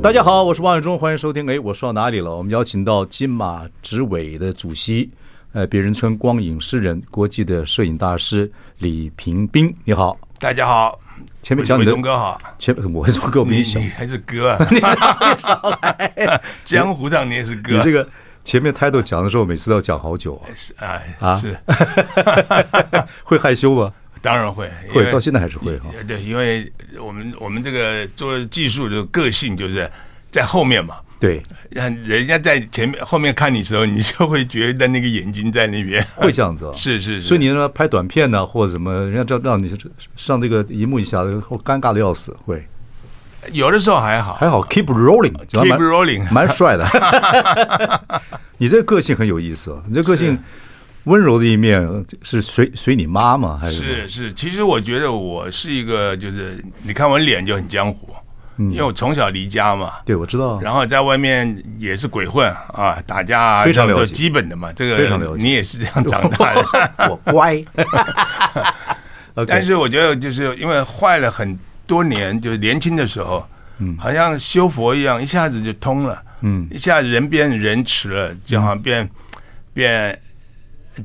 大家好，我是王伟忠，欢迎收听。哎，我说到哪里了？我们邀请到金马执委的主席，呃，别人称光影诗人、国际的摄影大师李平斌。你好，大家好，前面讲你的伟忠哥好，前 我跟我比你你小，你还是哥 啊， 江湖上你也是哥，你这个前面 title 讲的时候，每次都要讲好久啊，是哎、啊是， 会害羞吗？当然会，因会，为到现在还是会哈。呃对，因为我们我们这个做技术的个性就是在后面嘛，对，让人家在前面后面看你的时候，你就会觉得那个眼睛在那边， 会这样子啊。是是是，所以你让他拍短片呢、或者什么，人家就让你上这个荧幕一下，然后尴尬的要死。会，有的时候还好，还好 keep rolling，哦 keep 蛮 rolling，蛮帅 的。你这个性很有意思啊，你这个性是温柔的一面是随随你妈吗？还是什是么是，其实我觉得我是一个，就是你看我脸就很江湖，嗯因为我从小离家嘛，对，我知道。啊然后在外面也是鬼混啊，打架啊，非常了解这种基本的嘛，这非常了个解你也是这样长 大的。我 乖。OK 但是我觉得就是因为坏了很多年，就是年轻的时候，嗯，好像修佛一样，一下子就通了，嗯，一下子人变仁慈了，就好像变变。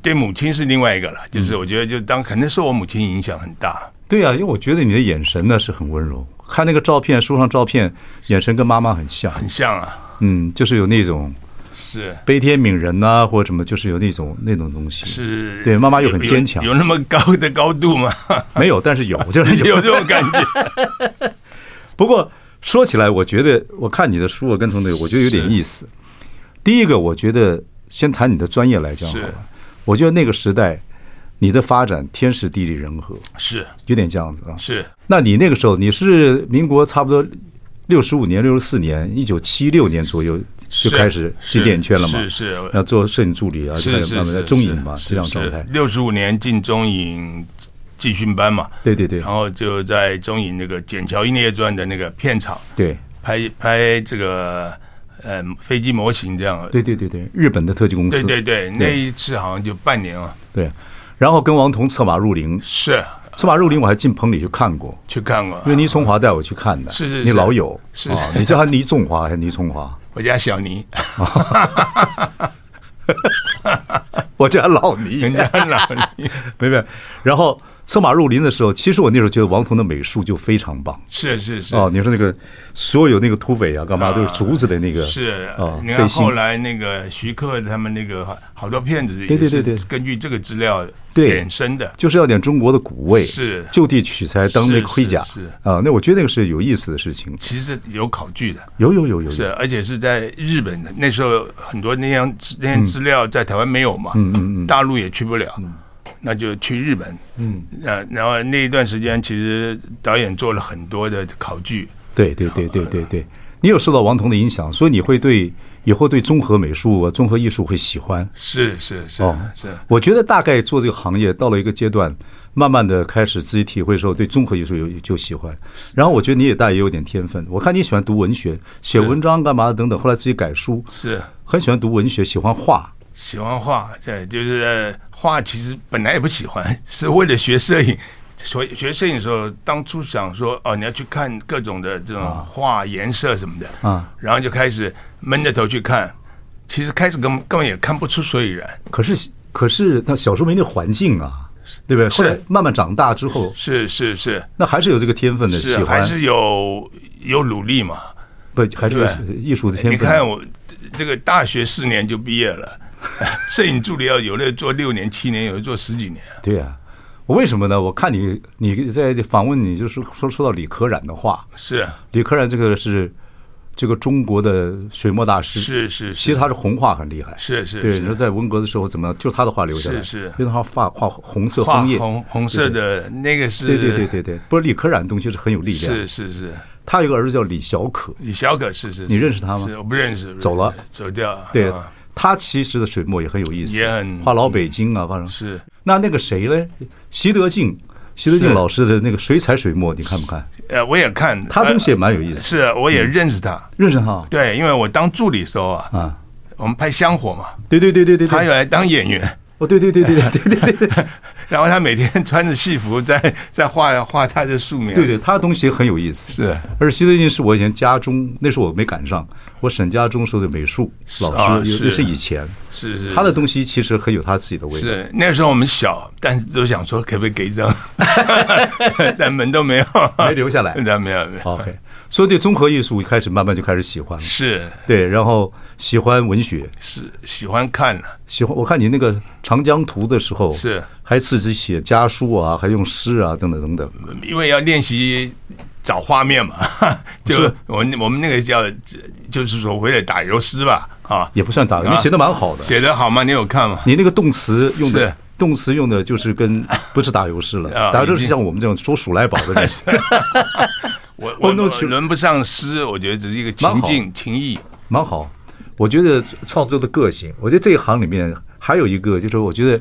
对母亲是另外一个嗯了，就是我觉得就当可能受我母亲影响很大，对啊，因为我觉得你的眼神呢是很温柔，看那个照片，书上照片，眼神跟妈妈很像。很像啊，嗯，就是有那种是悲天悯人呐、或者什么，就是有那种那种东西。是，对妈妈又很有坚强有有那么高的高 度吗？ 没有，但是有，就是有。有这种感觉，不过说起来，我觉得我看你的书，啊我跟同学，我觉得有点意思。第一个，我觉得先谈你的专业来讲好是了。我觉得那个时代，你的发展天时地利人和，是有点这样子啊。是，那你那个时候，你是民国差不多六十五年、六十四年，一九七六年左右就是开始进电影圈了嘛？是是要做摄影助理啊，就开是始是慢慢在是中影嘛，这样状态。六十五年进中影集训班嘛，对对对然后就在中影那个《笕桥英烈传》的那个片场对拍拍这个呃飞机模型这样。对对对对，日本的特技公司。对对对，那一次好像就半年啊，对，然后跟王彤策马入林，是策马入林我还进棚里去看过，去看过因。为倪崇华带我去看的，是是是你老友，是啊，你叫他倪仲华还是倪崇华？我家 小尼，我叫他老倪，人家老尼没没。然后策马入林的时候，其实我那时候觉得王彤的美术就非常棒是是是哦，你说那个所有那个土匪啊，干嘛都是竹子的那个，是啊，你背看心后来那个徐克他们那个好好多片子对对也对是对根据这个资料对衍生的，就是要点中国的古味，是就地取材当那个盔甲是是是啊。那我觉得那个是有意思的事情，其实有考据的。有有有有是有，，而且是在日本的那时候，很多那样那样资料在台湾没有嘛，嗯嗯嗯，大陆也去不了，那就去日本，嗯，那然后那一段时间，其实导演做了很多的考据，对对对对对对，你有受到王彤的影响，所以你会对以后对综合美术、啊、综合艺术会喜欢。是是是哦是，我觉得大概做这个行业到了一个阶段，慢慢的开始自己体会的时候，对综合艺术有就喜欢。然后我觉得你也大也有点天分，我看你喜欢读文学，写文章干嘛的等等，后来自己改书，是很喜欢读文学，喜欢画。喜欢画，对，就是呃画，其实本来也不喜欢，是为了学摄影。所以学摄影的时候，当初想说哦，你要去看各种的这种画颜色什么的，啊然后就开始闷着头去看。其实开始根本根本也看不出所以然，可是可是他小时候没那环境啊，对不对？是后来慢慢长大之后，是是是那还是有这个天分的，喜是，欢还是有有努力嘛。不还是有对艺术的天你分。看我这个大学四年就毕业了， 摄影助理要有的做六年七年，有的做十几年。对呀、我为什么呢？我看你你在访问你就是说说到李可染的话，是李可染这个是这个中国的水墨大师，是是其实他是红画很厉害，是是对，是你说在文革的时候怎么样，就他的画留下来，是是因为他画画红色画枫叶，红红色的那个是，对对对对对，不是李可染的东西是很有力量，是是是，他有个儿子叫李小可，李小可是是，你认识他吗是我不认识，不认识走了，走掉，对啊，他其实的水墨也很有意思，也很嗯画老北京啊，画什么？是那那个谁嘞？习德进，习德进是老师的那个水彩水墨，你看不看？呃，我也看他东西也呃蛮有意思，是，我也认识他，认识他啊对，因为我当助理的时候啊，啊？我们拍香火嘛，对对对对对他对，有来当演员。哦对对对对对对对对对， 然后他每天 穿着戏服在在画画他的素描，对对，他的东西也很有意思。是，而习德进是我以前家中，那时候我没赶上，我沈家中时候的美术老啊师，是也是以前，是是他的东西其实很有他自己的味道。是那时候我们小，但是都想说可不可以给一张， 但门都没有，没留下 来哦那没有没有，啊 OK，所以对综合艺术开始慢慢就开始喜欢了，是对，然后喜欢文学，是喜欢看啊了，喜欢我看你那个《长江图》的时候，是还自己写家书啊，还用诗啊，等等等等。因为要练习找画面嘛， 就是我们我们那个叫就是说回来打油诗吧啊，也不算打，因为啊写的蛮好的。写的好吗？你有看吗？你那个动词用的是动词用的就是跟不是打油诗了，啊打油诗已是经像我们这种说数来宝的人。 我哦我我弄我去轮不上诗，我觉得只是一个蛮情好境情意，蛮好。我觉得创作的个性，我觉得这一行里面还有一个，就是我觉得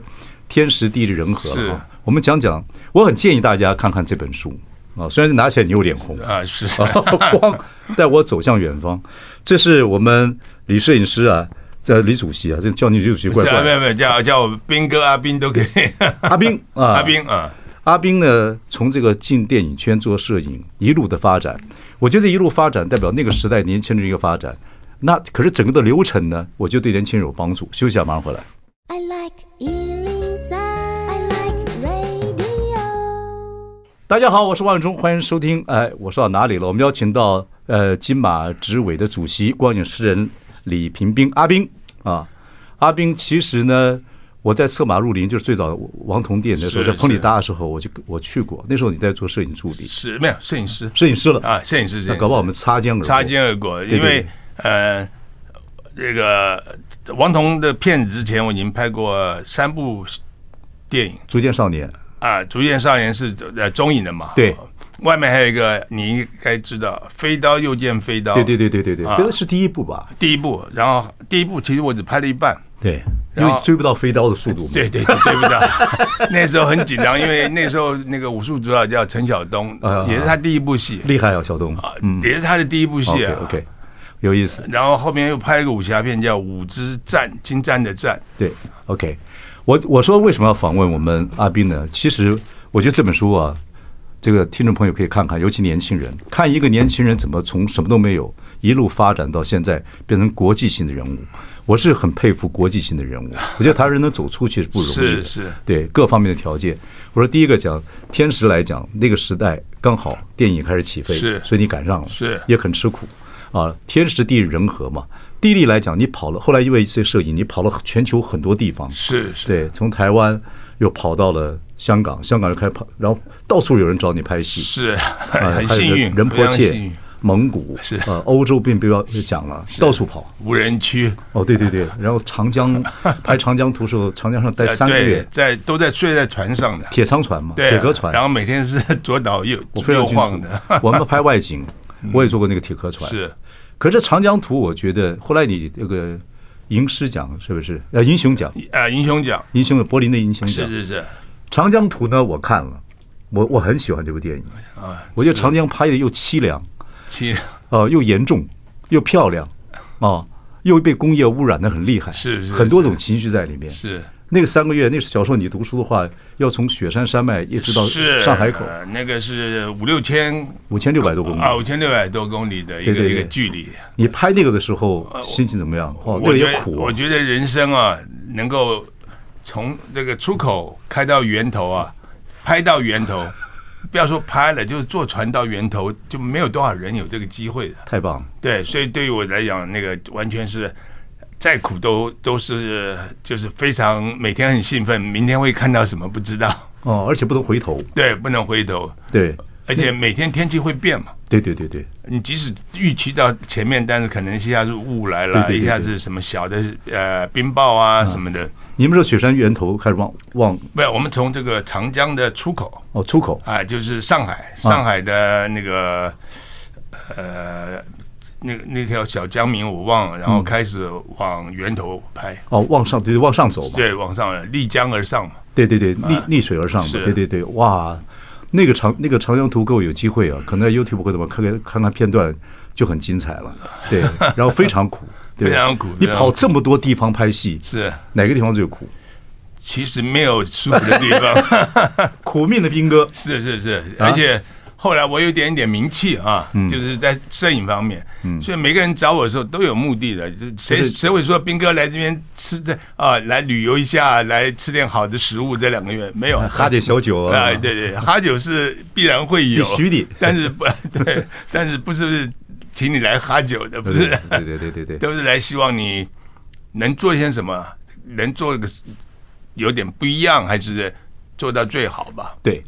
天时地利人和了是啊。我们讲讲，我很建议大家看看这本书啊，虽然是拿起来你有脸红，啊，是 哦光带我走向远方。这是我们李摄影师啊，这李主席啊，这叫你李主席怪叫没怪。有没有叫叫我斌哥阿斌都可以，阿兵啊， 阿斌啊，阿兵呢，从这个进电影圈做摄影一路的发展，我觉得一路发展代表那个时代年轻人一个发展。那可是整个的流程呢，我觉得对年轻人有帮助。休息一下，马上回来。 I like Ealing Sound. I like radio. 大家好，我是万永忠，欢迎收听。哎，我说到哪里了？我们邀请到呃金马执委的主席、光影诗人李平兵阿兵啊，阿兵其实呢，我在策马入林，就是最早王彤电影的时候，是在彭里是大的时候，我就我去过，那时候你在做摄影助理、是没有摄影师摄影师了啊，摄影师，摄那影搞不好我师们擦肩而过。擦肩而过，对因为呃，这个王彤的片子之前我已经拍过三部电影逐渐少年，啊，《逐渐少年》是呃中影的嘛，对，外面还有一个你应该知道《飞刀又见飞刀》，对对对对对对，啊这个是第一部吧？第一部，然后第一部其实我只拍了一半，对，因然后为追不到飞刀的速度嘛。对对对，对不到， 那时候很紧张，因为那时候那个武术指导叫陈晓东啊，也是他第一部戏厉害啊，小东。啊，也是他的第一部戏 OK 啊。 OK，有意思。然后后面又拍了一个武侠片叫《五之战》，精湛的战。对，OK，我我说为什么要访问我们阿斌呢？其实我觉得这本书啊，这个听众朋友可以看看，尤其年轻人，看一个年轻人怎么从什么都没有一路发展到现在变成国际性的人物。我是很佩服国际性的人物，我觉得台湾人能走出去是不容易的，是是对各方面的条件。我说第一个讲天时来讲，那个时代刚好电影开始起飞，是所以你赶上了，是也很吃苦啊。天时地利人和嘛，地利来讲，你跑了，后来因为这摄影，你跑了全球很多地方，是是，对，从台湾又跑到了香港，香港又开始跑，然后到处有人找你拍戏，是啊 很还有幸运，人非迫常幸切运。蒙古是呃，欧洲并不要讲了，到处跑。无人区哦，对对对，然后长 江拍长江图时候，长江上待呃三个对月，在都在睡在船上的，铁舱船嘛，对啊，铁壳船然，后每天是左倒右 我非常右清楚晃的， 嗯我们拍外景，我也坐过那个铁壳船，是。可是长江图，我觉得后来你那个银狮奖是不是？呃，英雄奖，啊，英雄奖英雄柏林的英雄是奖。是是长江图呢，我看了，我我很喜欢这部电影，啊，我觉得长江拍的又凄凉，七呃，又严重，又漂 亮，啊，又被工业污染的很厉害，是是很多是种情绪在里面。是那个三个月，那是小时候你读书的话，要从雪山山脉一直到是上海口，呃那个是五六千五千六百多公里。啊，五千六百多公里的一对对个对一个距离。你拍那个的时候心情怎么样？哦，那个呃我觉也得苦、我啊。觉得人生啊，能够从这个出口开到源头啊， 拍到源头，不要说拍了，就是坐船到源头，就没有多少人有这个机会的。太棒了，对，所以对于我来讲，那个完全是再苦都都是就是非常每天很兴奋，明天会看到什么不知道。 哦，而且不能回头。对，不能回头，对，而且每天天气会变嘛。对对对对，你即使预期到前面，但是可能一下子雾来对了，对对对一下子什么小的呃冰雹啊什么的。你们说雪山源头开始往往没有，我们从这个长江的出口哦出口，啊、就是上海，上海的那个、呃那那条小江名我忘了，然嗯后开始往源头拍，哦往上对往上走嘛，对，往上立江而上嘛。对对对，逆逆水而上嘛，呃是对对对，哇，那个长那个长江图够有机会啊，可能在 YouTube 或者什么看看看看片段就很精彩了， 对，然后非常苦，对吧非常苦你非常跑苦这么多地方拍戏，是，哪个地方最苦？其实没有舒服的地 方，苦命的兵哥，是是是，啊而且后来我有点点名气啊，嗯就是在摄影方面，所以每个人找我的时候都有目的的，就就谁是谁会说斌哥来这边吃的啊，来旅游一下，来吃点好的食物，这两个月没有。 哈点小酒啊啊，，对对，哈酒是必然会有，必须的但是不 对，但是不是请你来哈酒的，不对是，对对 对对对，都是来希望你能做些什么，能做个有点不一样，还是做到最好吧。对，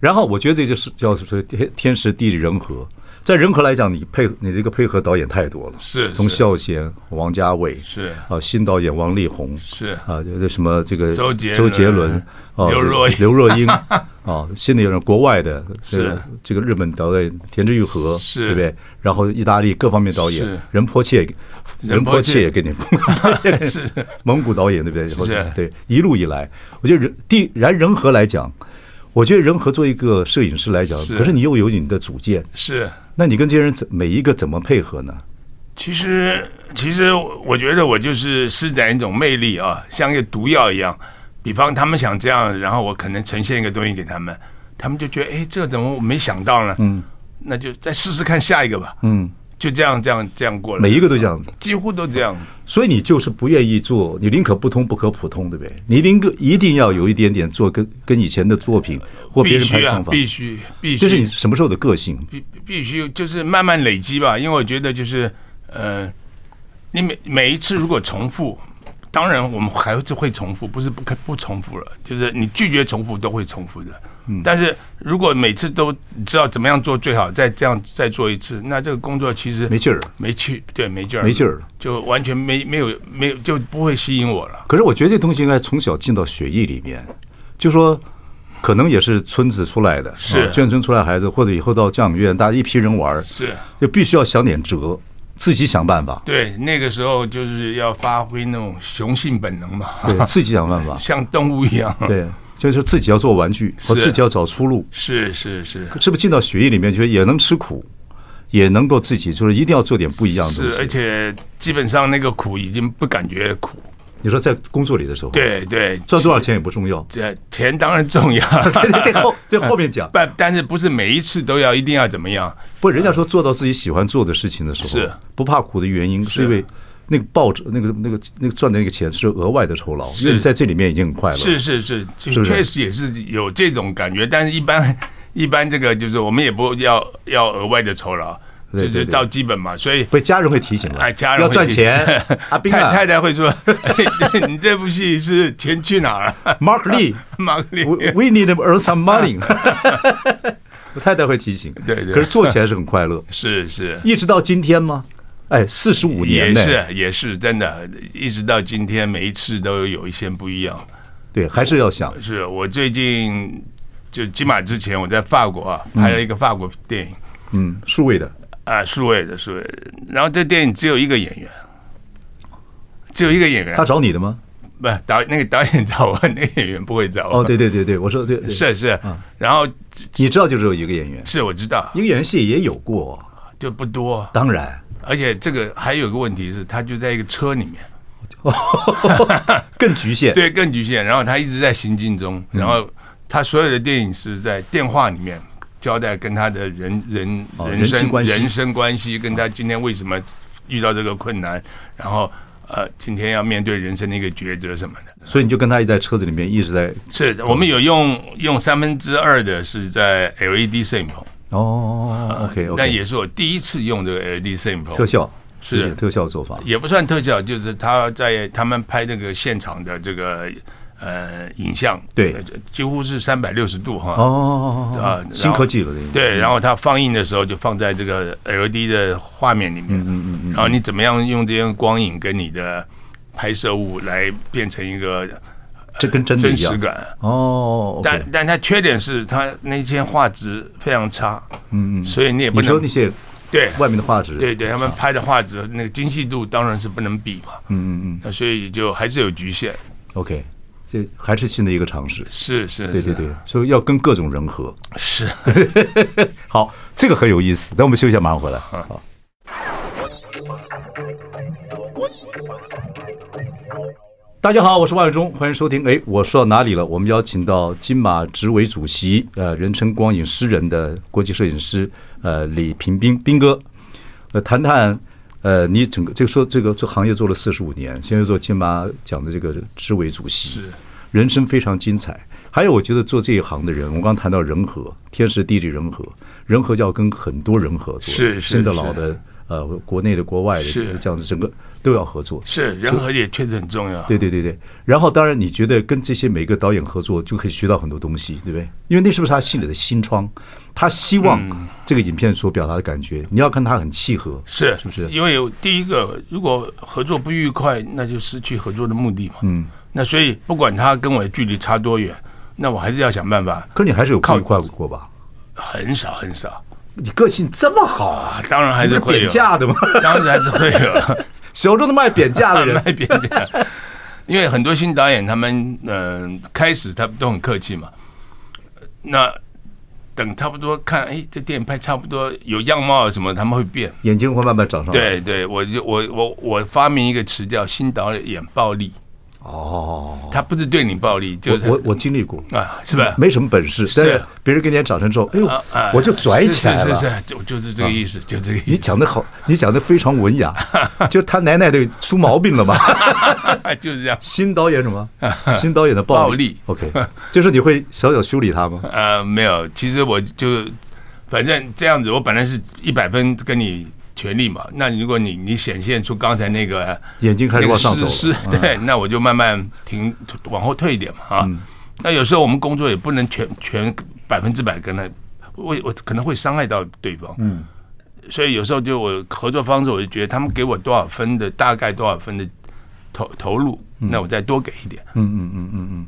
然后我觉得这就是叫是天天时地利人和。在人和来讲，你配你这个配合导演太多了，是是从孝贤、王家卫是啊，新导演王力宏是啊，这什么这个周杰伦周杰伦啊，刘若英刘 若英啊，新的有点国外的这是个这个日本导演田之玉和是对不对？然后意大利各方面导演是任坡切任任坡坡切切也给你 是蒙古导演对不对？然后是对一路以来，我觉得人地然人和来讲，我觉得人和作为一个摄影师来讲，是可是你又有你的主见，是，那你跟这些人怎每一个怎么配合呢？其实其实我觉得我就是施展一种魅力啊，像一个毒药一样。比方他们想这样，然后我可能呈现一个东西给他们，他们就觉得哎，这个怎么我没想到呢？嗯，那就再试试看下一个吧。嗯，就这样这样这样过来，每一个都这样子。几乎都这样。所以你就是不愿意做，你宁可不通不可普通，对不对？你宁可一定要有一点点做跟跟以前的作品或别必人拍须的啊方，法，必须必须，这是你什么时候的个性？必必须就是慢慢累积吧，因为我觉得就是呃，你每每一次如果重复，当然我们还是会重复，不是不可不重复了，就是你拒绝重复都会重复的。嗯但是如果每次都知道怎么样做最好，再这样再做一次，那这个工作其实没劲儿了没趣，对，没劲儿，没劲儿了，就完全没没有没有就不会吸引我了。可是我觉得这东西应该从小进到血液里面，就说可能也是村子出来的，是啊眷村出来的孩子，或者以后到教养院，大家一批人玩，是就必须要想点辙，自己想办法，对，那个时候就是要发挥那种雄性本能嘛，，对，自己想办法 像动物一样。对，就是自己要做玩具或啊是自己要找出路，是是是是不是进到血液里面，就是也能吃苦，也能够自己就是一定要做点不一样的东是，西而。且基本上那个苦已经不感觉苦。你说在工作里的时候，，对对，，赚多少钱也不重要这钱当然重要， 这后这后面 讲。但但是不是每一次都要一定要怎么样？不，人家说做到自己喜欢做的事情的时候，是不怕苦的原因，是因为那个报纸那个那个那个赚的那个钱是额外的酬劳，因为你在这里面已经很快乐。是是是，就是不是确实也是有这种感觉，但是一般一般这个就是我们也不要要额外的酬劳，对就对对是到基本嘛，所以。被家人会提醒了，哎，家人要会赚提。钱 阿斌太啊太太会说：“哎你这部戏是钱去哪儿了，Mark Lee，？” 马克力 we we need to earn some money 。我太太会提醒，对对可是做起来是很快乐，是是，一直到今天吗？哎，四十五年也呢，是也是真的，一直到今天，每一次都有一些不一样。对，还是要想是我最近就金马之前，我在法国啊拍了一个法国电影嗯，数位的，啊，数位的数位的，然后这电影只有一个演员，只有一个演员他，找你的吗？不导那个导演找我，那个演员不会找我。哦，对对对对，我说对，对嗯是是，然后你知道就只有一个演员，是我知道一个演员戏也有过，就不多，当然。而且这个还有一个问题是，他就在一个车里面。更局限。， 对，更局限。然后他一直在行进中，然后他所有的电影是在电话里面交代跟他的人人哦人人际生关系哦人生关系，跟他今天为什么遇到这个困难，然后呃，今天要面对人生的一个抉择什么的。所以你就跟他一直在车子里面一直在是我们有用用三分之二的是在 LED 摄影棚，哦，OK 啊那 OK，也是我第一次用这个 LED 摄影棚特效是有点特效做法，也不算特效，就是他在他们拍这个现场的这个呃影像，对呃几乎是三百六十度哈。哦啊然后新科技了，嗯这个对，然后它放映的时候就放在这个 LED 的画面里面，嗯嗯嗯，然后你怎么样用这些光影跟你的拍摄物来变成一个这跟真的真一样实感？哦。OK 但但它缺点是它那些画质非常差，嗯嗯，所以你也不你说能那些对外面的画质，对对，他们拍的画质那个精细度当然是不能比嘛，嗯嗯嗯，那所以就还是有局限， ，OK，这还是新的一个尝试。是是，对对是啊对，所以要跟各种人和。是。 好，这个很有意思。等我们休息一下，马上回来。好。大家好，我是万永忠，欢迎收听。哎，我说到哪里了？我们邀请到金马执委主席，呃，人称“光影诗人”的国际摄影师，呃，李平斌斌哥，呃，谈谈，呃，你整个这个说这个这行业做了四十五年，现在做金马奖的这个执委主席，是人生非常精彩。还有，我觉得做这一行的人，我们刚刚谈到人和，天时地利人和，人和就要跟很多人合作，是是新的老是的，呃，国内的国外的，是这样子整个都要合作， 是，人和也确实很重要。啊对对对对，然后当然你觉得跟这些每个导演合作就可以学到很多东西，对不对？因为那是不是他心里的心窗？他希望嗯这个影片所表达的感觉，你要跟他很契合，是是不是？因为有第一个，如果合作不愉快，那就失去合作的目的嘛。嗯，那所以不管他跟我的距离差多远，那我还是要想办法。可是你还是有不靠愉快过吧？很少很少你个性这么好啊，啊，当然还你是是会贬有，价 的吗？当然还是会 有小众的卖贬价 的人，卖别人。因为很多新导演他们嗯、开始他们都很客气嘛，那等差不多看，哎，这电影拍差不多有样貌了什么，他们会变。眼睛会慢慢长上来。，对对，我就我我我发明一个词叫新导演暴力。哦，他不是对你暴力，就我是我我经历过，啊，是吧？没什么本事，但是别人给你长成之后，哎呦啊啊，，我就拽起来了啊是。是是，就就是这个意思，就这个意思。你讲的好，你讲的非常文雅，就是他奶奶的出毛病了嘛。 就是这样，新导演什 么？新导演的暴力。OK，就是你会小小修理他吗？呃，没有，其实我就反正这样子，我本来是一百分跟你全力嘛，那如果你你显现出刚才那个眼睛开始往上走了嗯是对，那我就慢慢停，往后退一点嘛啊。那有时候我们工作也不能全全百分之百跟他，我我可能会伤害到对方，嗯，所以有时候就我合作方式，我就觉得他们给我多少分的，大概多少分的投投入，嗯那我再多给一点，嗯嗯嗯嗯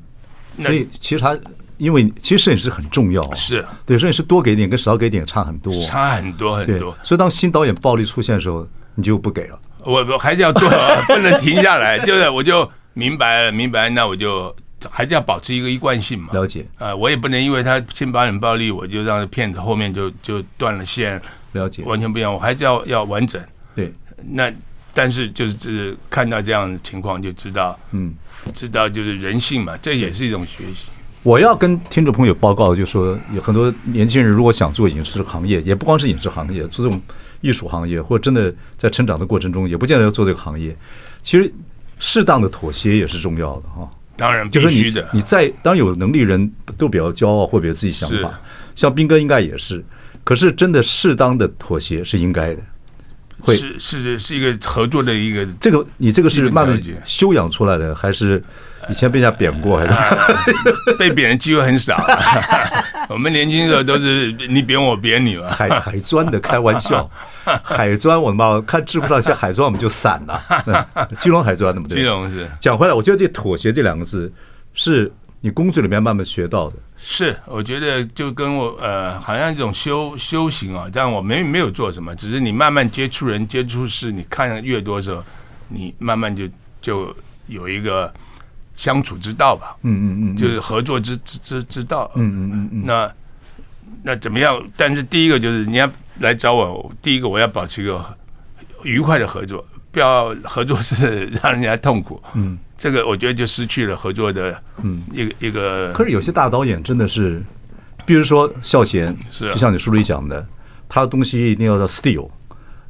嗯，所以其实他，因为其实摄影师很重要啊，是对摄影师多给点跟少给点差很多，啊那差很多很对多。。所以当新导演暴力出现的时候，你就不给了。我我还是要做， 不能停下来。就是我就明白了，明白，那我就还是要保持一个一贯性嘛。了解呃，我也不能因为他先把你暴力，我就让骗子后面就就断了线，了解，完全不一样。我还是要要完整。对，那但是就是就是看到这样的情况就知道，嗯，知道就是人性嘛，这也是一种学习。我要跟听众朋友报告，就说有很多年轻人如果想做影视行业，也不光是影视行业，做这种艺术行业，或者真的在成长的过程中，也不见得要做这个行业。其实适当的妥协也是重要的哈、啊当然就必是须你的，你在当然有能力人都比较骄傲或者有自己想是法，像斌哥应该也是，可是真的适当的妥协是应该的。会是是是一个合作的一个这个你这个基是本慢慢调节修养出来的，还是以前被人家贬 过，还是被贬的机会很少。 我们年轻的时候都是你贬我贬你嘛。海海砖的？开玩 笑，海砖我的妈！我看知乎上写海砖，我们就散了。 嗯基隆海砖的嘛，对吧基隆是讲回来，我觉得这妥协这两个字是你工作里面慢慢学到的。是，我觉得就跟我呃，好像一种修修行啊，但我没没有做什么，只是你慢慢接触人、接触事，你看的越多的时候，你慢慢就就有一个相处之道吧。嗯嗯嗯，就是合作之之之之道。嗯嗯嗯嗯，那那怎么样？但是第一个就是你要来找我，第一个我要保持一个愉快的合作，不要合作是让人家痛苦。嗯，这个我觉得就失去了合作的嗯一个一个。可是有些大导演真的是，比如说孝贤，是啊就像你书里讲的，他的东西一定要叫 still，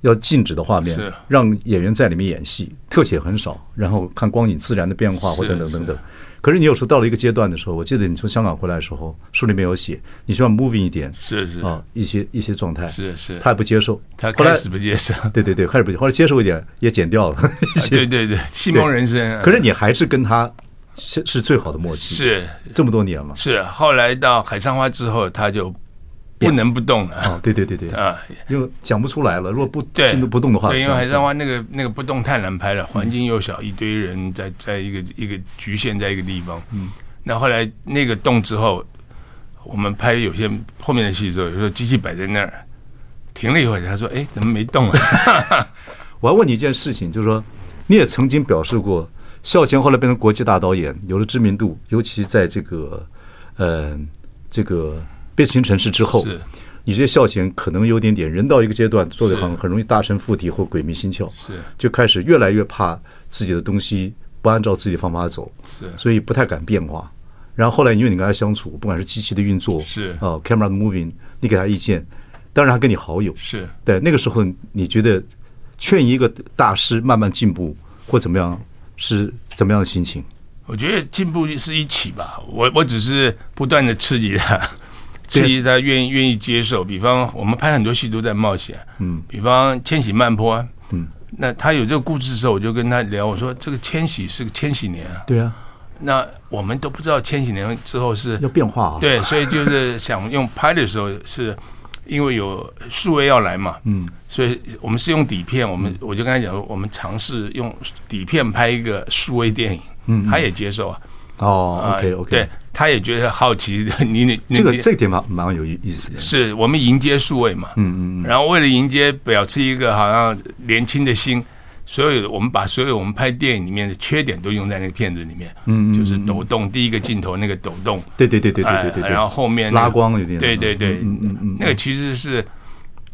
要静止的画面是，让演员在里面演戏，特写很少，然后看光影自然的变化或是等等等等是。可是你有时候到了一个阶段的时候，我记得你从香港回来的时候，书里面有写，你希望 moving 一点，是是啊，一些一些状态，是是他也不接受，他后来开始不接受， 啊对对对，开始 不接受，后来接受一点也剪掉了一些，对对对，戏梦人生啊。可是你还是跟他是是最好的默契，是这么多年了。是，后来到海上花之后，他就不能不动哦了，对对对对，啊。因为讲不出来了，如果不对进都不动的话，对，因为海上花那个那个不动太难嗯拍了，环境又小，一堆人在在一个一个局限在一个地方。嗯，那后来那个动之后，我们拍有些后面的戏之后，有时候机器摆在那儿停了一会儿，他说：“哎，怎么没动啊我要问你一件事情，就是说，你也曾经表示过，孝贤后来变成国际大导演，有了知名度，尤其在这个，呃，这个《变形城市》之后是，你觉得孝贤可能有点点人到一个阶段，做这行是很容易大神附体或鬼迷心窍，是就开始越来越怕自己的东西不按照自己的方法走，是所以不太敢变化。然后后来因为你跟他相处，不管是机器的运作，是啊、c a m e r a 的 moving，你给他意见，当然他跟你好友？”是。对，那个时候你觉得劝一个大师慢慢进步或怎么样，是怎么样的心情？我觉得进步是一起吧，我我只是不断的刺激他，刺激他愿意愿意接受。比方我们拍很多戏都在冒险，嗯，比方千禧慢坡，嗯，那他有这个故事的时候，我就跟他聊，我说这个千禧是个千禧年啊，对啊，那我们都不知道千禧年之后是要变化啊。，对，所以就是想用拍的时候，是因为有数位要来嘛，嗯，所以我们是用底片，我们我就跟他讲，我们尝试用底片拍一个数位电影，嗯，他也接受啊，哦啊，OK OK，对，，他也觉得好奇， 你你你这个这个点蛮蛮有意意思的。是我们迎接数位嘛，嗯嗯，然后为了迎接表示一个好像年轻的心，所有的我们把所有我们拍电影里面的缺点都用在那个片子里面，嗯，就是抖动第一个镜头那个抖动，对对对对对哎对对对，然后后面那个拉光有点对对对，嗯嗯嗯那个其实是。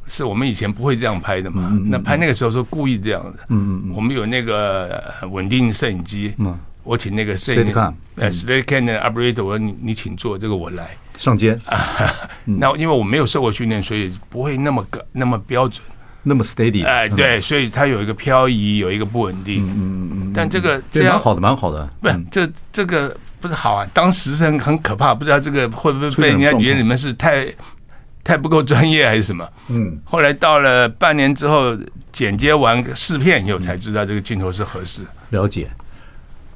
是我们以前不会这样拍的嗯嘛？那拍那个时候是故意这样的。嗯嗯我们有那个呃稳定摄影机，嗯我请那个摄影 Steadicam，呃 s t a t i c a m 的 operator，我说你你请坐，这个我来。上肩嗯 那因为我没有受过训练，所以不会那么高那么标准。那么 steady，嗯哎，对，所以它有一个漂移，有一个不稳定。嗯嗯嗯。但这个这对，蛮样好的，蛮好的。嗯不是这这个不是好啊？当时是很很可怕，不知道这个会不会出现被人家状况觉得你们是太太不够专业还是什么？嗯，后来到了半年之后，剪接完试片以后才知道这个镜头是合适。了解。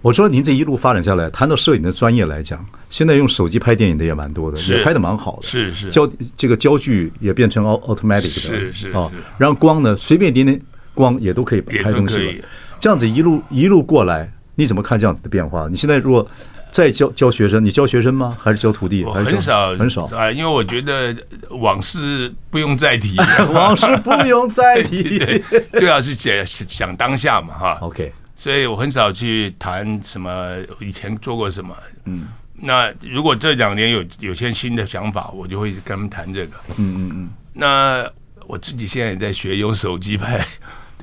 我说您这一路发展下来，谈到摄影的专业来讲，现在用手机拍电影的也蛮多的，是也拍的蛮好的，是是焦这个焦距也变成 au- automatic 的，是是哦是然后光呢，随便一点点光也都可以也拍都东西可了以。这样子一路一路过来，你怎么看这样子的变化？你现在如果再教教学生，你教学生吗？还是教徒弟？我还是教很少很少。啊，因为我觉得往事不用再提，往事不用再 对提。对，就要去想想当下嘛，哈。 OK，所以我很少去谈什么以前做过什么。嗯，那如果这两年有有些新的想法，我就会跟他们谈这个。嗯嗯嗯。那我自己现在也在学用手机拍，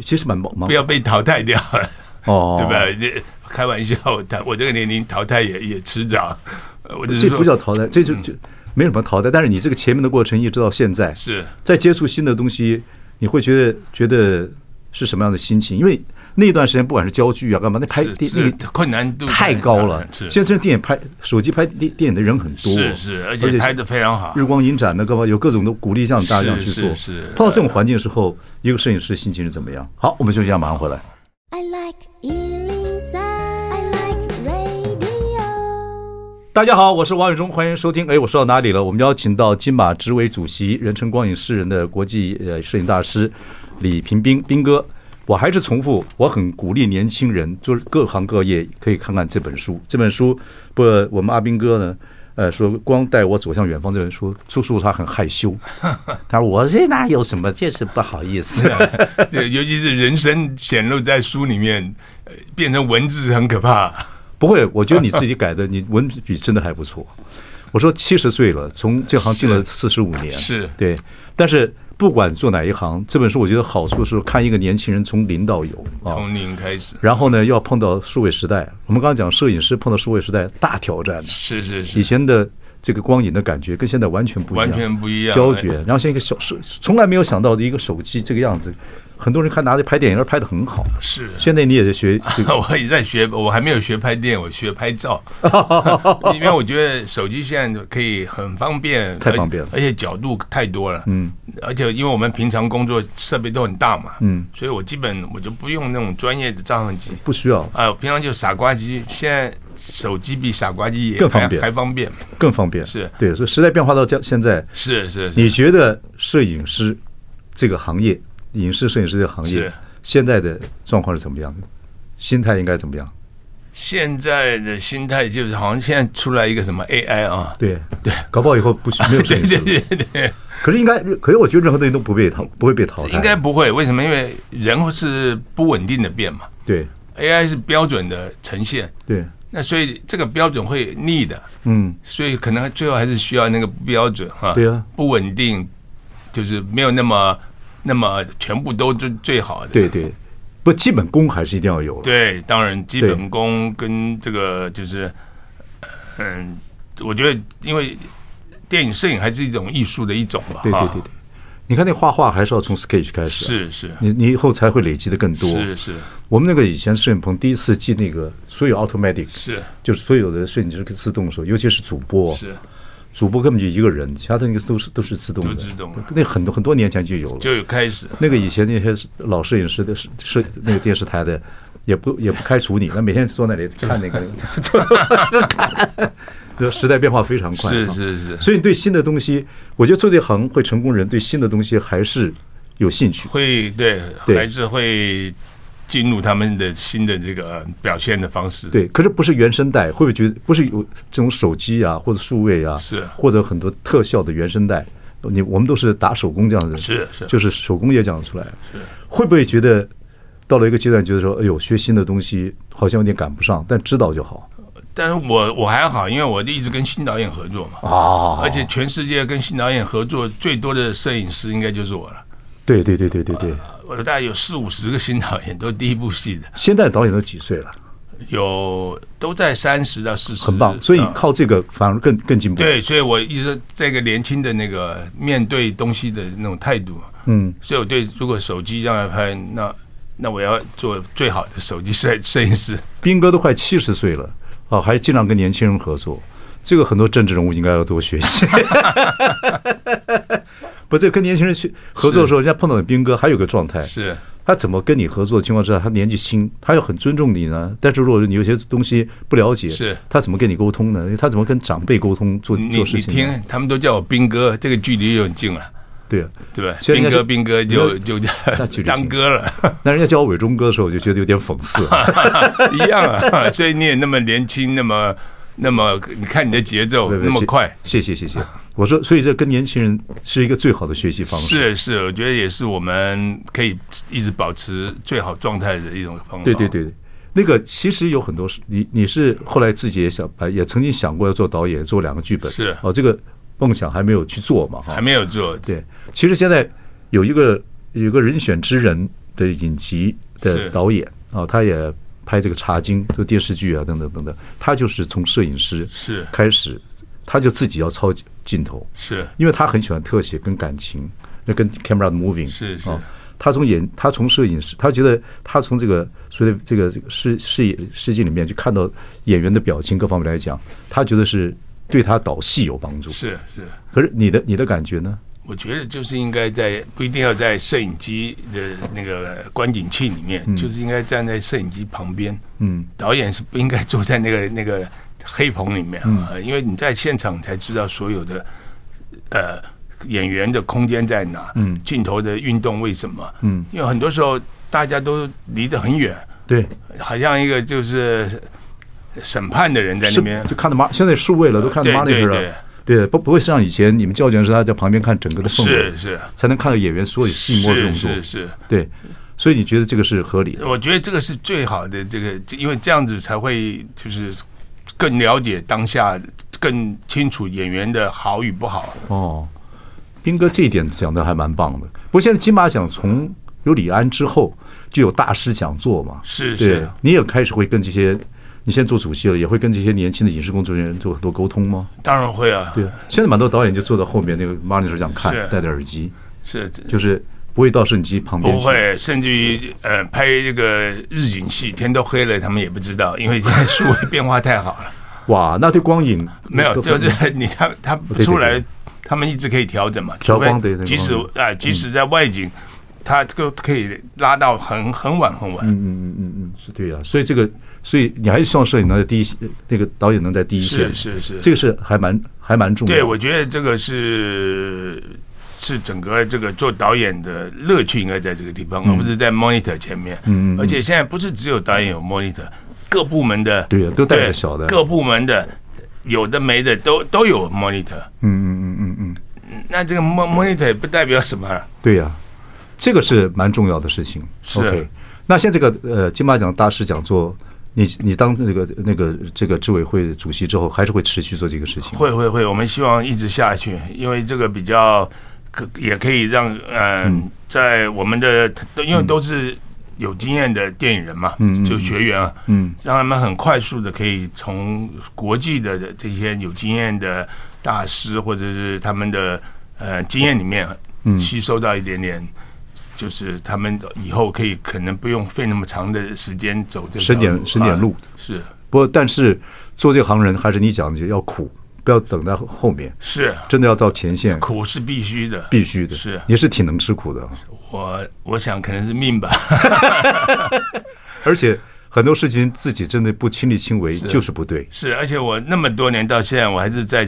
其实蛮忙忙 不要被淘汰掉了，哦， 对吧？这开玩笑，但我这个年龄淘汰也也迟早。呃我只是这不说，叫淘汰，这就嗯就没什么淘汰。但是你这个前面的过程一直到现在，是在接触新的东西，你会觉得觉得是什么样的心情？因为那段时间不管是焦距啊干嘛，那拍是电那是个困难度太高了。是现在这电影拍手机拍电电影的人很多，是是，而且拍的非常好。日光影展的各方有各种的鼓励，让大家这样去是做。是呃是碰到这种环境的时候，一个摄影师心情是怎么样？好，我们休息一下，马上回来。 I like Ealing Sound. I like radio. 大家好，我是王伟忠，欢迎收听。哎，我说到哪里了？我们邀请到金马执委主席、人称“光影诗人”的国际呃摄影大师李平斌斌哥。我还是重复，我很鼓励年轻人，就是各行各业可以看看这本书。这本书不，我们阿斌哥呢，呃，说光带我走向远方这本书，说说他很害羞，他说我这哪有什么，这是不好意思。 对，尤其是人生显露在书里面，呃变成文字很可怕。不会，我觉得你自己改的，你文笔真的还不 错。我说七十岁了，从这行进了四十五年，是对。但是不管做哪一行，这本书我觉得好处是看一个年轻人从零到有啊。从零开始，然后呢，要碰到数位时代，我们刚刚讲摄影师碰到数位时代大挑战的，是是以是，前的这个光影的感觉跟现在完全不一样，完全不一样胶哎卷。然后现在一个小手，从来没有想到的一个手机这个样子，很多人看拿着拍电影而拍的很好。是 现在你也在学这个，我也在学，我还没有学拍电影，我学 拍照，因为我觉得手机现在可以很方便，太方便了而且角度太多了，嗯，而且因为我们平常工作设备都很大嘛，嗯，所以我基本我就不用那种专业的照相机，不需要啊，我平常就傻瓜机，现在手机比傻瓜机也更方还便还方便。更方便。是对，所以时代变化到这现在，是是你是，觉得摄影师这个行业，影视摄影师这个行业是现在的状况是怎么样的？心态应该怎么样？现在的心态就是好像现在出来一个什么 AI 啊，对对，搞不好以后不许没有摄对影师对了。 对对，可是应该，可是我觉得任何东西都不被淘，不会被淘汰。应该不会，为什么？因为人是不稳定的变嘛对，AI 是标准的呈现，对，那所以这个标准会逆的，嗯，所以可能最后还是需要那个标准啊，对啊不稳定，就是没有那么那么全部都最最好的，对对，不，基本功还是一定要有。对，当然基本功跟这个就是，嗯，我觉得因为电影摄影还是一种艺术的一种吧，对对啊对对，你看那画画还是要从 sketch 开始啊，是是你你以后才会累积的更多。是是我们那个以前摄影棚第一次进那个所有 automatic，是就是所有的摄影师跟自动手，尤其是主播，是主播根本就一个人，其他的那个都是都是自动的，都自动的那很多很多年前就有了。就有开始，那个以前那些老摄影师的摄摄那个电视台的，也不也不开除你，那每天坐那里看那个， 坐那看，就时代变化非常快，是啊是是所以对新的东西，我觉得做这行会成功人对新的东西还是有兴趣。会对对还是会进入他们的新的这个表现的方式，对，可是不是原声带，会不会觉得不是有这种手机啊，或者数位啊，是或者很多特效的原声带，你我们都是打手工这样的，是是就是手工也讲出来，是会不会觉得到了一个阶段，觉得说，哎呦，学新的东西好像有点赶不上，但知道就好但是我我还好，因为我一直跟新导演合作嘛，啊而且全世界跟新导演合作最多的摄影师应该就是我了。对对对对对对，我大概有四五十个新导演，都第一部戏的，现在导演都几岁了，有都在三十到四十，很棒，所以嗯靠这个反而更更进步。对，所以我一直这个年轻的那个面对东西的那种态度，嗯，所以我对如果手机让他拍，那那我要做最好的手机摄摄影师，斌哥都快七十岁了啊，还尽量跟年轻人合作，这个很多政治人物应该要多学习。 不，这跟年轻人去合作的时候，人家碰到的斌哥还有个状态，是他怎么跟你合作的情况之下，他年纪轻，他要很尊重你呢。但是如果你有些东西不了解，是他怎么跟你沟通呢？他怎么跟长辈沟通做你做事你情呢？听，他们都叫我兵哥，这个距离有点近了，对啊，对吧？现在应兵该哥是兵哥就就那距离近当哥了， 那人家叫我伟忠哥的时候，我就觉得有点讽刺。一样啊。所以你也那么年轻，那么那么，你看你的节奏对不对那么快，谢谢谢谢谢谢。我说，所以这跟年轻人是一个最好的学习方式。是是，我觉得也是我们可以一直保持最好状态的一种方法。对对，对，那个其实有很多事，你你是后来自己也想，呃也曾经想过要做导演，做两个剧本，是哦，这个梦想还没有去做嘛，哈，还没有做，对。其实现在有一个有一个人选之人的影集的是导演啊、他也拍这个《茶经》这个电视剧啊，等等等等，他就是从摄影师是开始，他就自己要操镜头，是因为他很喜欢特写跟感情，那跟 camera moving 是是啊。他从演，他从摄影师，他觉得他从这个所谓的这个这个世视野世界里面去看到演员的表情各方面来讲，他觉得是对他导戏有帮助。是是，可是你的你的感觉呢？我觉得就是应该在不一定要在摄影机的那个观景器里面，就是应该站在摄影机旁边。嗯，导演是不应该坐在那个那个黑棚里面啊，因为你在现场才知道所有的呃演员的空间在哪，嗯，镜头的运动为什么？嗯，因为很多时候大家都离得很远，对，好像一个就是审判的人在那是边就看到马，现在数位了，都看到对 monitor 对了。对，不不会像以前你们教员是他在旁边看整个的氛围，是是才能看到演员所有细末的动是作。是是，对，所以你觉得这个是合理的？我觉得这个是最好的，这个因为这样子才会就是更了解当下，更清楚演员的好与不好。哦，斌哥这一点讲的还蛮棒的。不过现在金马奖从有李安之后就有大师讲座嘛，是对是，你也开始会跟这些，你现在做主席了，也会跟这些年轻的影视工作人员做很多沟通吗？当然会啊，对，现在蛮多导演就坐到后面那个 monitor 上看是，戴着耳机，是就是不会到摄影机旁边不去。会，甚至于呃拍这个日景戏，天都黑了，他们也不知道，因为现在数位变化太好 了。哇，那对光影没有，就是你他他对出来对，他们一直可以调整嘛，调光除非对对即使光啊，即使在外景，他这个可以拉到很很晚很晚。嗯嗯嗯嗯嗯，是对呀、所以这个所以你还是希望摄影能在第一线那个导演能在第一线，是是是这个是还蛮还蛮重要的。对，我觉得这个是是整个这个做导演的乐趣应该在这个地方，而不是在 monitor 前面。嗯嗯嗯嗯而且现在不是只有导演有 monitor，各部门的对啊都带着小的各部门的有的没的都都有 monitor。嗯嗯嗯嗯嗯，那这个 mon monitor 也不代表什么啊了。对呀、这个是蛮重要的事情。是 OK，那现在这个呃金马奖大师讲座，你你当那个呃那个这个执委会主席之后，还是会持续做这个事情吗。会会会，我们希望一直下去，因为这个比较可也可以让嗯、在我们的因为都是有经验的电影人嘛，嗯嗯嗯就学员啊，嗯，让他们很快速的可以从国际的这些有经验的大师或者是他们的呃经验里面嗯吸收到一点点。就是他们以后可以可能不用费那么长的时间走这条省点路省点啊路是不过，但是做这行人还是你讲的要苦，不要等到后面，是真的要到前线，苦是必须的，必须的。是你是挺能吃苦的，我我想可能是命吧， 而且很多事情自己真的不亲力亲为就是不对。是，而且我那么多年到现在，我还是在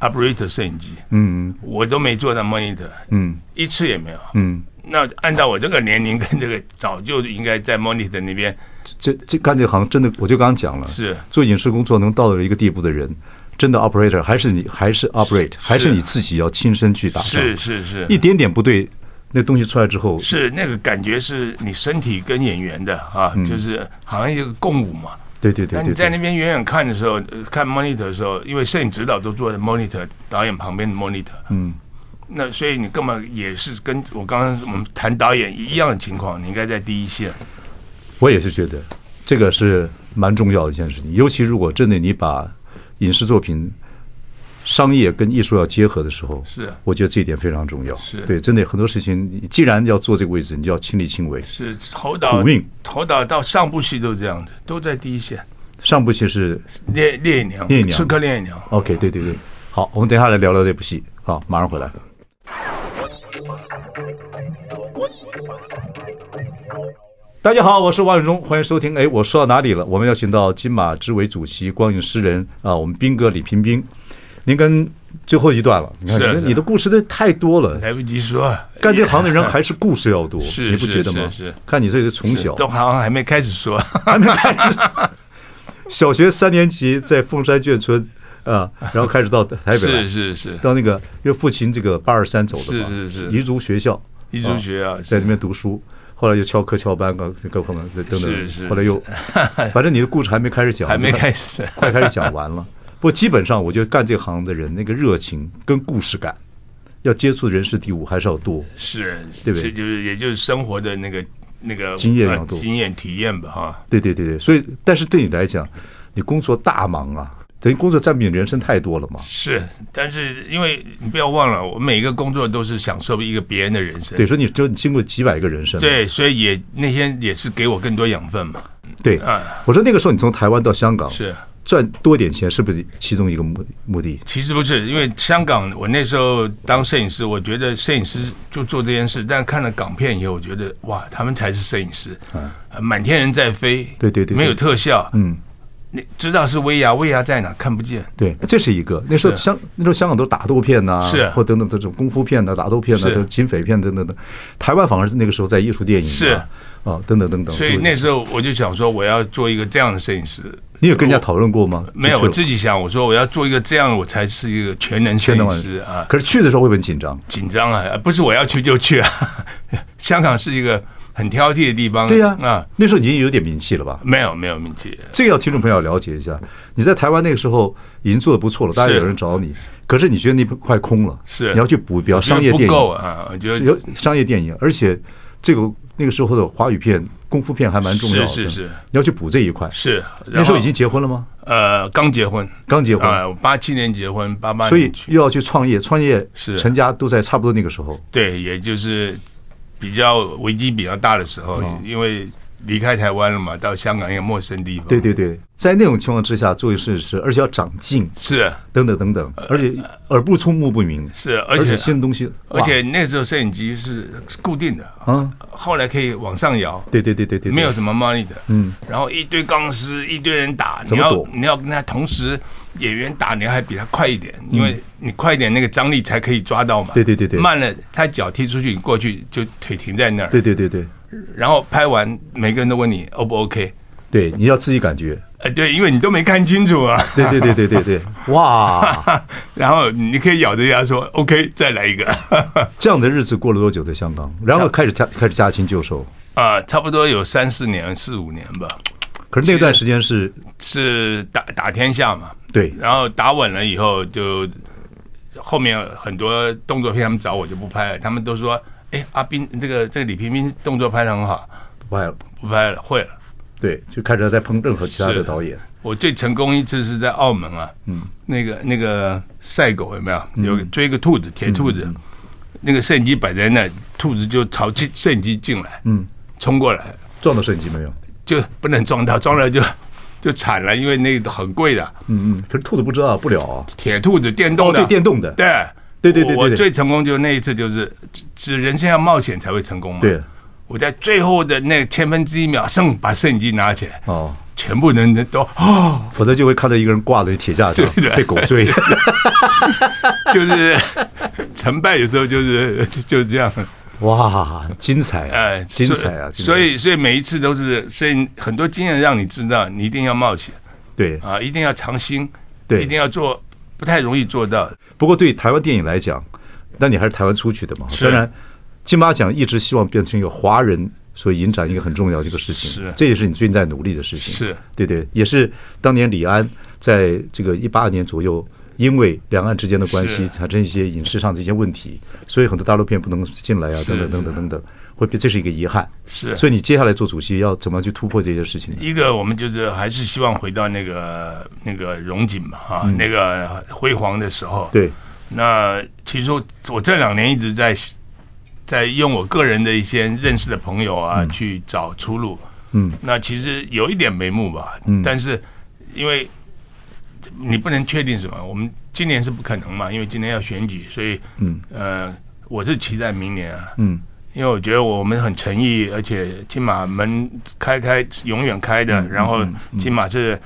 operator 摄影机，嗯我都没做到 monitor，嗯一次也没有。嗯，那按照我这个年龄跟这个，早就应该在 monitor 那边这这干这行真的，我就刚刚讲了，是做影视工作能到了一个地步的人，真的 operator 还是你还是 operate 还是你自己要亲身去打仗，是是是啊一点点不对，那东西出来之后，是那个感觉是你身体跟演员的啊，嗯就是好像一个共舞嘛。对对对那对你在那对，边远远看的时候，呃看 monitor 的时候，因为摄影指导都坐在 monitor 导演旁边的 monitor，嗯，那所以你根本也是跟我刚刚我们谈导演一样的情况，你应该在第一线。我也是觉得这个是蛮重要的一件事情，尤其如果真的你把影视作品。商业跟艺术要结合的时候，是我觉得这一点非常重要。是对，真的很多事情，你既然要做这个位置，你就要亲力亲为。是投岛苦命，投岛到上部戏都这样子，都在第一线。上部戏是烈烈娘，烈娘刺客烈娘， OK，对对对，好，我们等一下来聊聊这部戏，好，马上回来。大家好，我是王永忠，欢迎收听。哎，我说到哪里了？我们邀请到金马执委主席、光影诗人啊，我们斌哥李平斌，您跟最后一段了，你看是你的是你的故事都太多了，来不及说。干这行的人还是故事要多，是你不觉得吗？是是是看你这个从小都好像还没开始说，还没开始。小学三年级在凤山眷村啊，然后开始到台北来，是是是， 到那个因为父亲这个八二三走的嘛，是是是彝族学校，彝族学校啊是在那边读书，后来又翘课翘班，各各方面等是等，是后来 又，反正你的故事还没开始讲，还没 开始。快，快开始讲完了。不过基本上，我觉得干这行的人那个热情跟故事感，要接触人事地物还是要多。是，对不对是就是也就是生活的那个那个经验要呃多经验体验吧，哈。对对对对，所以但是对你来讲，你工作大忙啊，等于工作占比你人生太多了嘛。是，但是因为你不要忘了，我每一个工作都是享受一个别人的人生，对，所以你就你经过几百个人生，对，所以也那天也是给我更多养分嘛。对哎。我说那个时候你从台湾到香港，是赚多点钱，是不是其中一个目目的？其实不是，因为香港我那时候当摄影师，我觉得摄影师就做这件事。但看了港片以后，我觉得哇，他们才是摄影师，呃满天人在飞，嗯对对对对没有特效，嗯，哦你知道是威亚，威亚在哪看不见，对，这是一个。那时候是香那时候香港都是打斗片呐、是或等等这种功夫片呐、打斗片呐、是等警匪片等等等。台湾反而是那个时候在艺术电影、啊、是啊，等等等等。所以对那时候我就想说，我要做一个这样的摄影师。你有跟人家讨论过吗？没有，就我去自己想，我说我要做一个这样，我才是一个全能摄了影师啊。可是去的时候会不会很紧张？紧张啊，不是我要去就去啊。 香港是一个很挑剔的地方，对呀、啊，那时候已经有点名气了吧？没有没有名气，这个要听众朋友了解一下。你在台湾那个时候已经做的不错了，大家是有人找你，可是你觉得那快空了，是你要去补，比方商业不电影够啊，我觉得有商业电影，而且这个那个时候的华语片、功夫片还蛮重要的，是是是你要去补这一块。是那时候已经然后结婚了吗？呃刚结婚，刚结婚啊，我八七年结婚，八八所以年去，又要去创业，创业是嗯成家都在差不多那个时候。哦对，也就是比较危机比较大的时候，因为离开台湾了嘛，到香港一个陌生地方，对，对对，在那种情况之下做事是，而且要长进，是啊等等等等，而且耳不聪目不明，呃是，啊而而且且新的东西，而哇且那时候摄影机是固定的，啊，后来可以往上摇，对对对对对，对没有什么 money 的，嗯，然后一堆钢丝，一堆人打，怎你么要躲你要跟他同时演员打，你还比他快一点，因为你快一点那个张力才可以抓到嘛。嗯对对对对慢了他脚踢出去，你过去就腿停在那儿。对对对对然后拍完，每个人都问你 O 不 OK？对，你要自己感觉，呃，对，因为你都没看清楚啊。对对对对对对，哇， 然后你可以咬着牙说 OK，再来一个。 这样的日子过了多久在香港？然后开始家开始驾轻就熟，啊，差不多有三四年、四五年吧，可是那段时间是是打打天下嘛。对然后打稳了以后就，后面很多动作片他们找我就不拍了，他们都说：“哎，阿斌这个这个李平平动作拍的很好，歪了，不拍了，会了。对，就开始在碰任何其他是的导演，”我最成功一次是在澳门啊，嗯，那个那个赛狗有没有？有追一个兔子，铁兔子，那个摄影机摆在那，兔子就朝进摄影机进来，嗯，冲过来，撞到摄影机没有？就不能撞到，撞了就就惨了，因为那个很贵的，嗯嗯，可是兔子不知道不了啊，铁兔子电动哦的，对电动的对对对对对我我对最成功就那一次，就是只只人生要冒险才会成功嘛。对，我在最后的那千分之一秒，剩把摄影机拿起来，哦，全部人都 哦，否则就会看到一个人挂在铁架上对对被狗 追，就是成败有时候就是 就是这样，哇，精彩啊，哎，精彩啊！精彩所以所以所以每一次都是，所以很多经验让你知道，你一定要冒险对，啊，一定要尝新，对一定要做，不太容易做到。不过对台湾电影来讲，那你还是台湾出去的嘛。是当然，金马奖一直希望变成一个华人所影展一个很重要的一个事情，是这也是你最近在努力的事情。是对对，也是当年李安在这个一八年左右。因为两岸之间的关系是产生一些影视上的一些问题，所以很多大陆片不能进来啊，等等等等等等，会变这是一个遗憾。是所以你接下来做主席要怎么样去突破这些事情呢？一个我们就是还是希望回到那个那个荣景嘛，啊，那个辉煌的时嗯候。对，那其实我我这两年一直在在用我个人的一些认识的朋友啊、去找出路。嗯，那其实有一点眉目吧，嗯但是因为你不能确定什么，我们今年是不可能嘛，因为今年要选举，所以嗯呃，我是期待明年啊，嗯，因为我觉得我们很诚意，而且金马门开开永远开的，嗯然后金马是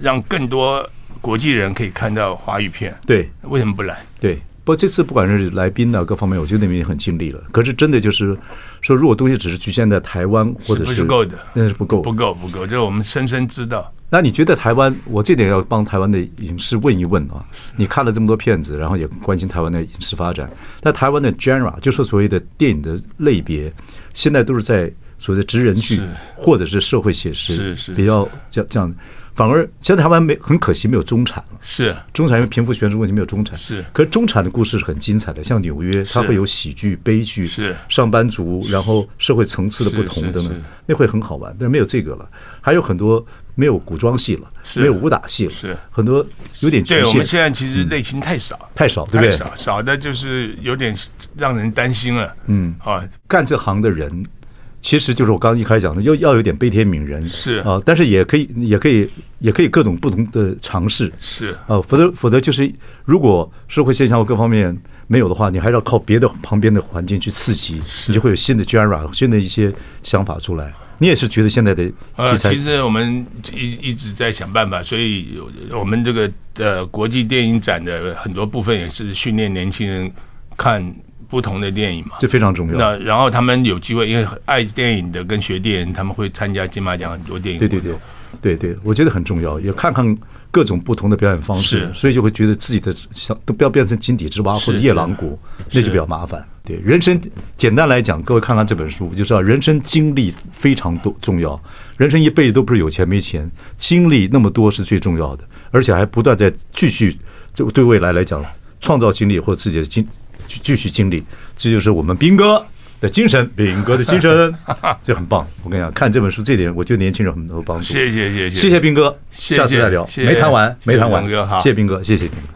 让更多国际人可以看到华语片，对，为什么不来？对，不过这次不管是来宾呢、各方面，我觉得你们也很尽力了。可是真的就是说，如果东西只是局限在台湾或者不是是够的那是不够。不够，不够，这我们深深知道。那你觉得台湾？我这点要帮台湾的影视问一问啊。你看了这么多片子，然后也关心台湾的影视发展。那台湾的 genre 就说所谓的电影的类别，现在都是在所谓的职人剧是或者是社会写实，是是比较这样这样。反而现在台湾没很可惜没有中产了。是中产因为贫富悬殊问题没有中产，是可是中产的故事是很精彩的，像纽约，它会有喜剧、悲剧，是上班族，然后社会层次的不同是等是等是，那会很好玩。但是没有这个了，还有很多没有古装戏了，是没有武打戏了，是很多有点局对，我们限，现在其实类型太少，嗯太少，对不太对？少，少的就是有点让人担心了。嗯，啊，干这行的人，其实就是我刚刚一开始讲的，要要有点悲天悯人，是啊，但是也可以，也可以，也可以各种不同的尝试，是啊，否则否则就是，如果社会现象或各方面没有的话，你还是要靠别的旁边的环境去刺激，你就会有新的 genre，新的一些想法出来。你也是觉得现在的呃，题材其实我们一一直在想办法，所以我们这个呃国际电影展的很多部分也是训练年轻人看不同的电影嘛。这非常重要，那然后他们有机会，因为爱电影的跟学电影，他们会参加金马奖很多电影对活对动。对对对，我觉得很重要，也看看各种不同的表演方式，是所以就会觉得自己的想都不要变成井底之蛙或者是夜郎谷，那就比较麻烦。对人生，简单来讲，各位看看这本书就知道，人生经历非常多重要。人生一辈子都不是有钱没钱，经历那么多是最重要的，而且还不断在继续，就对未来来讲创造经历或自己的经继继续经历，这就是我们斌哥的精神，炳哥的精神， 这很棒。我跟你讲，看这本书这点，我觉得年轻人很多帮助。谢谢谢谢谢谢斌哥，谢谢下次再聊。谢谢没谈完，没谈完谢谢文哥，好谢谢斌哥，谢谢斌哥。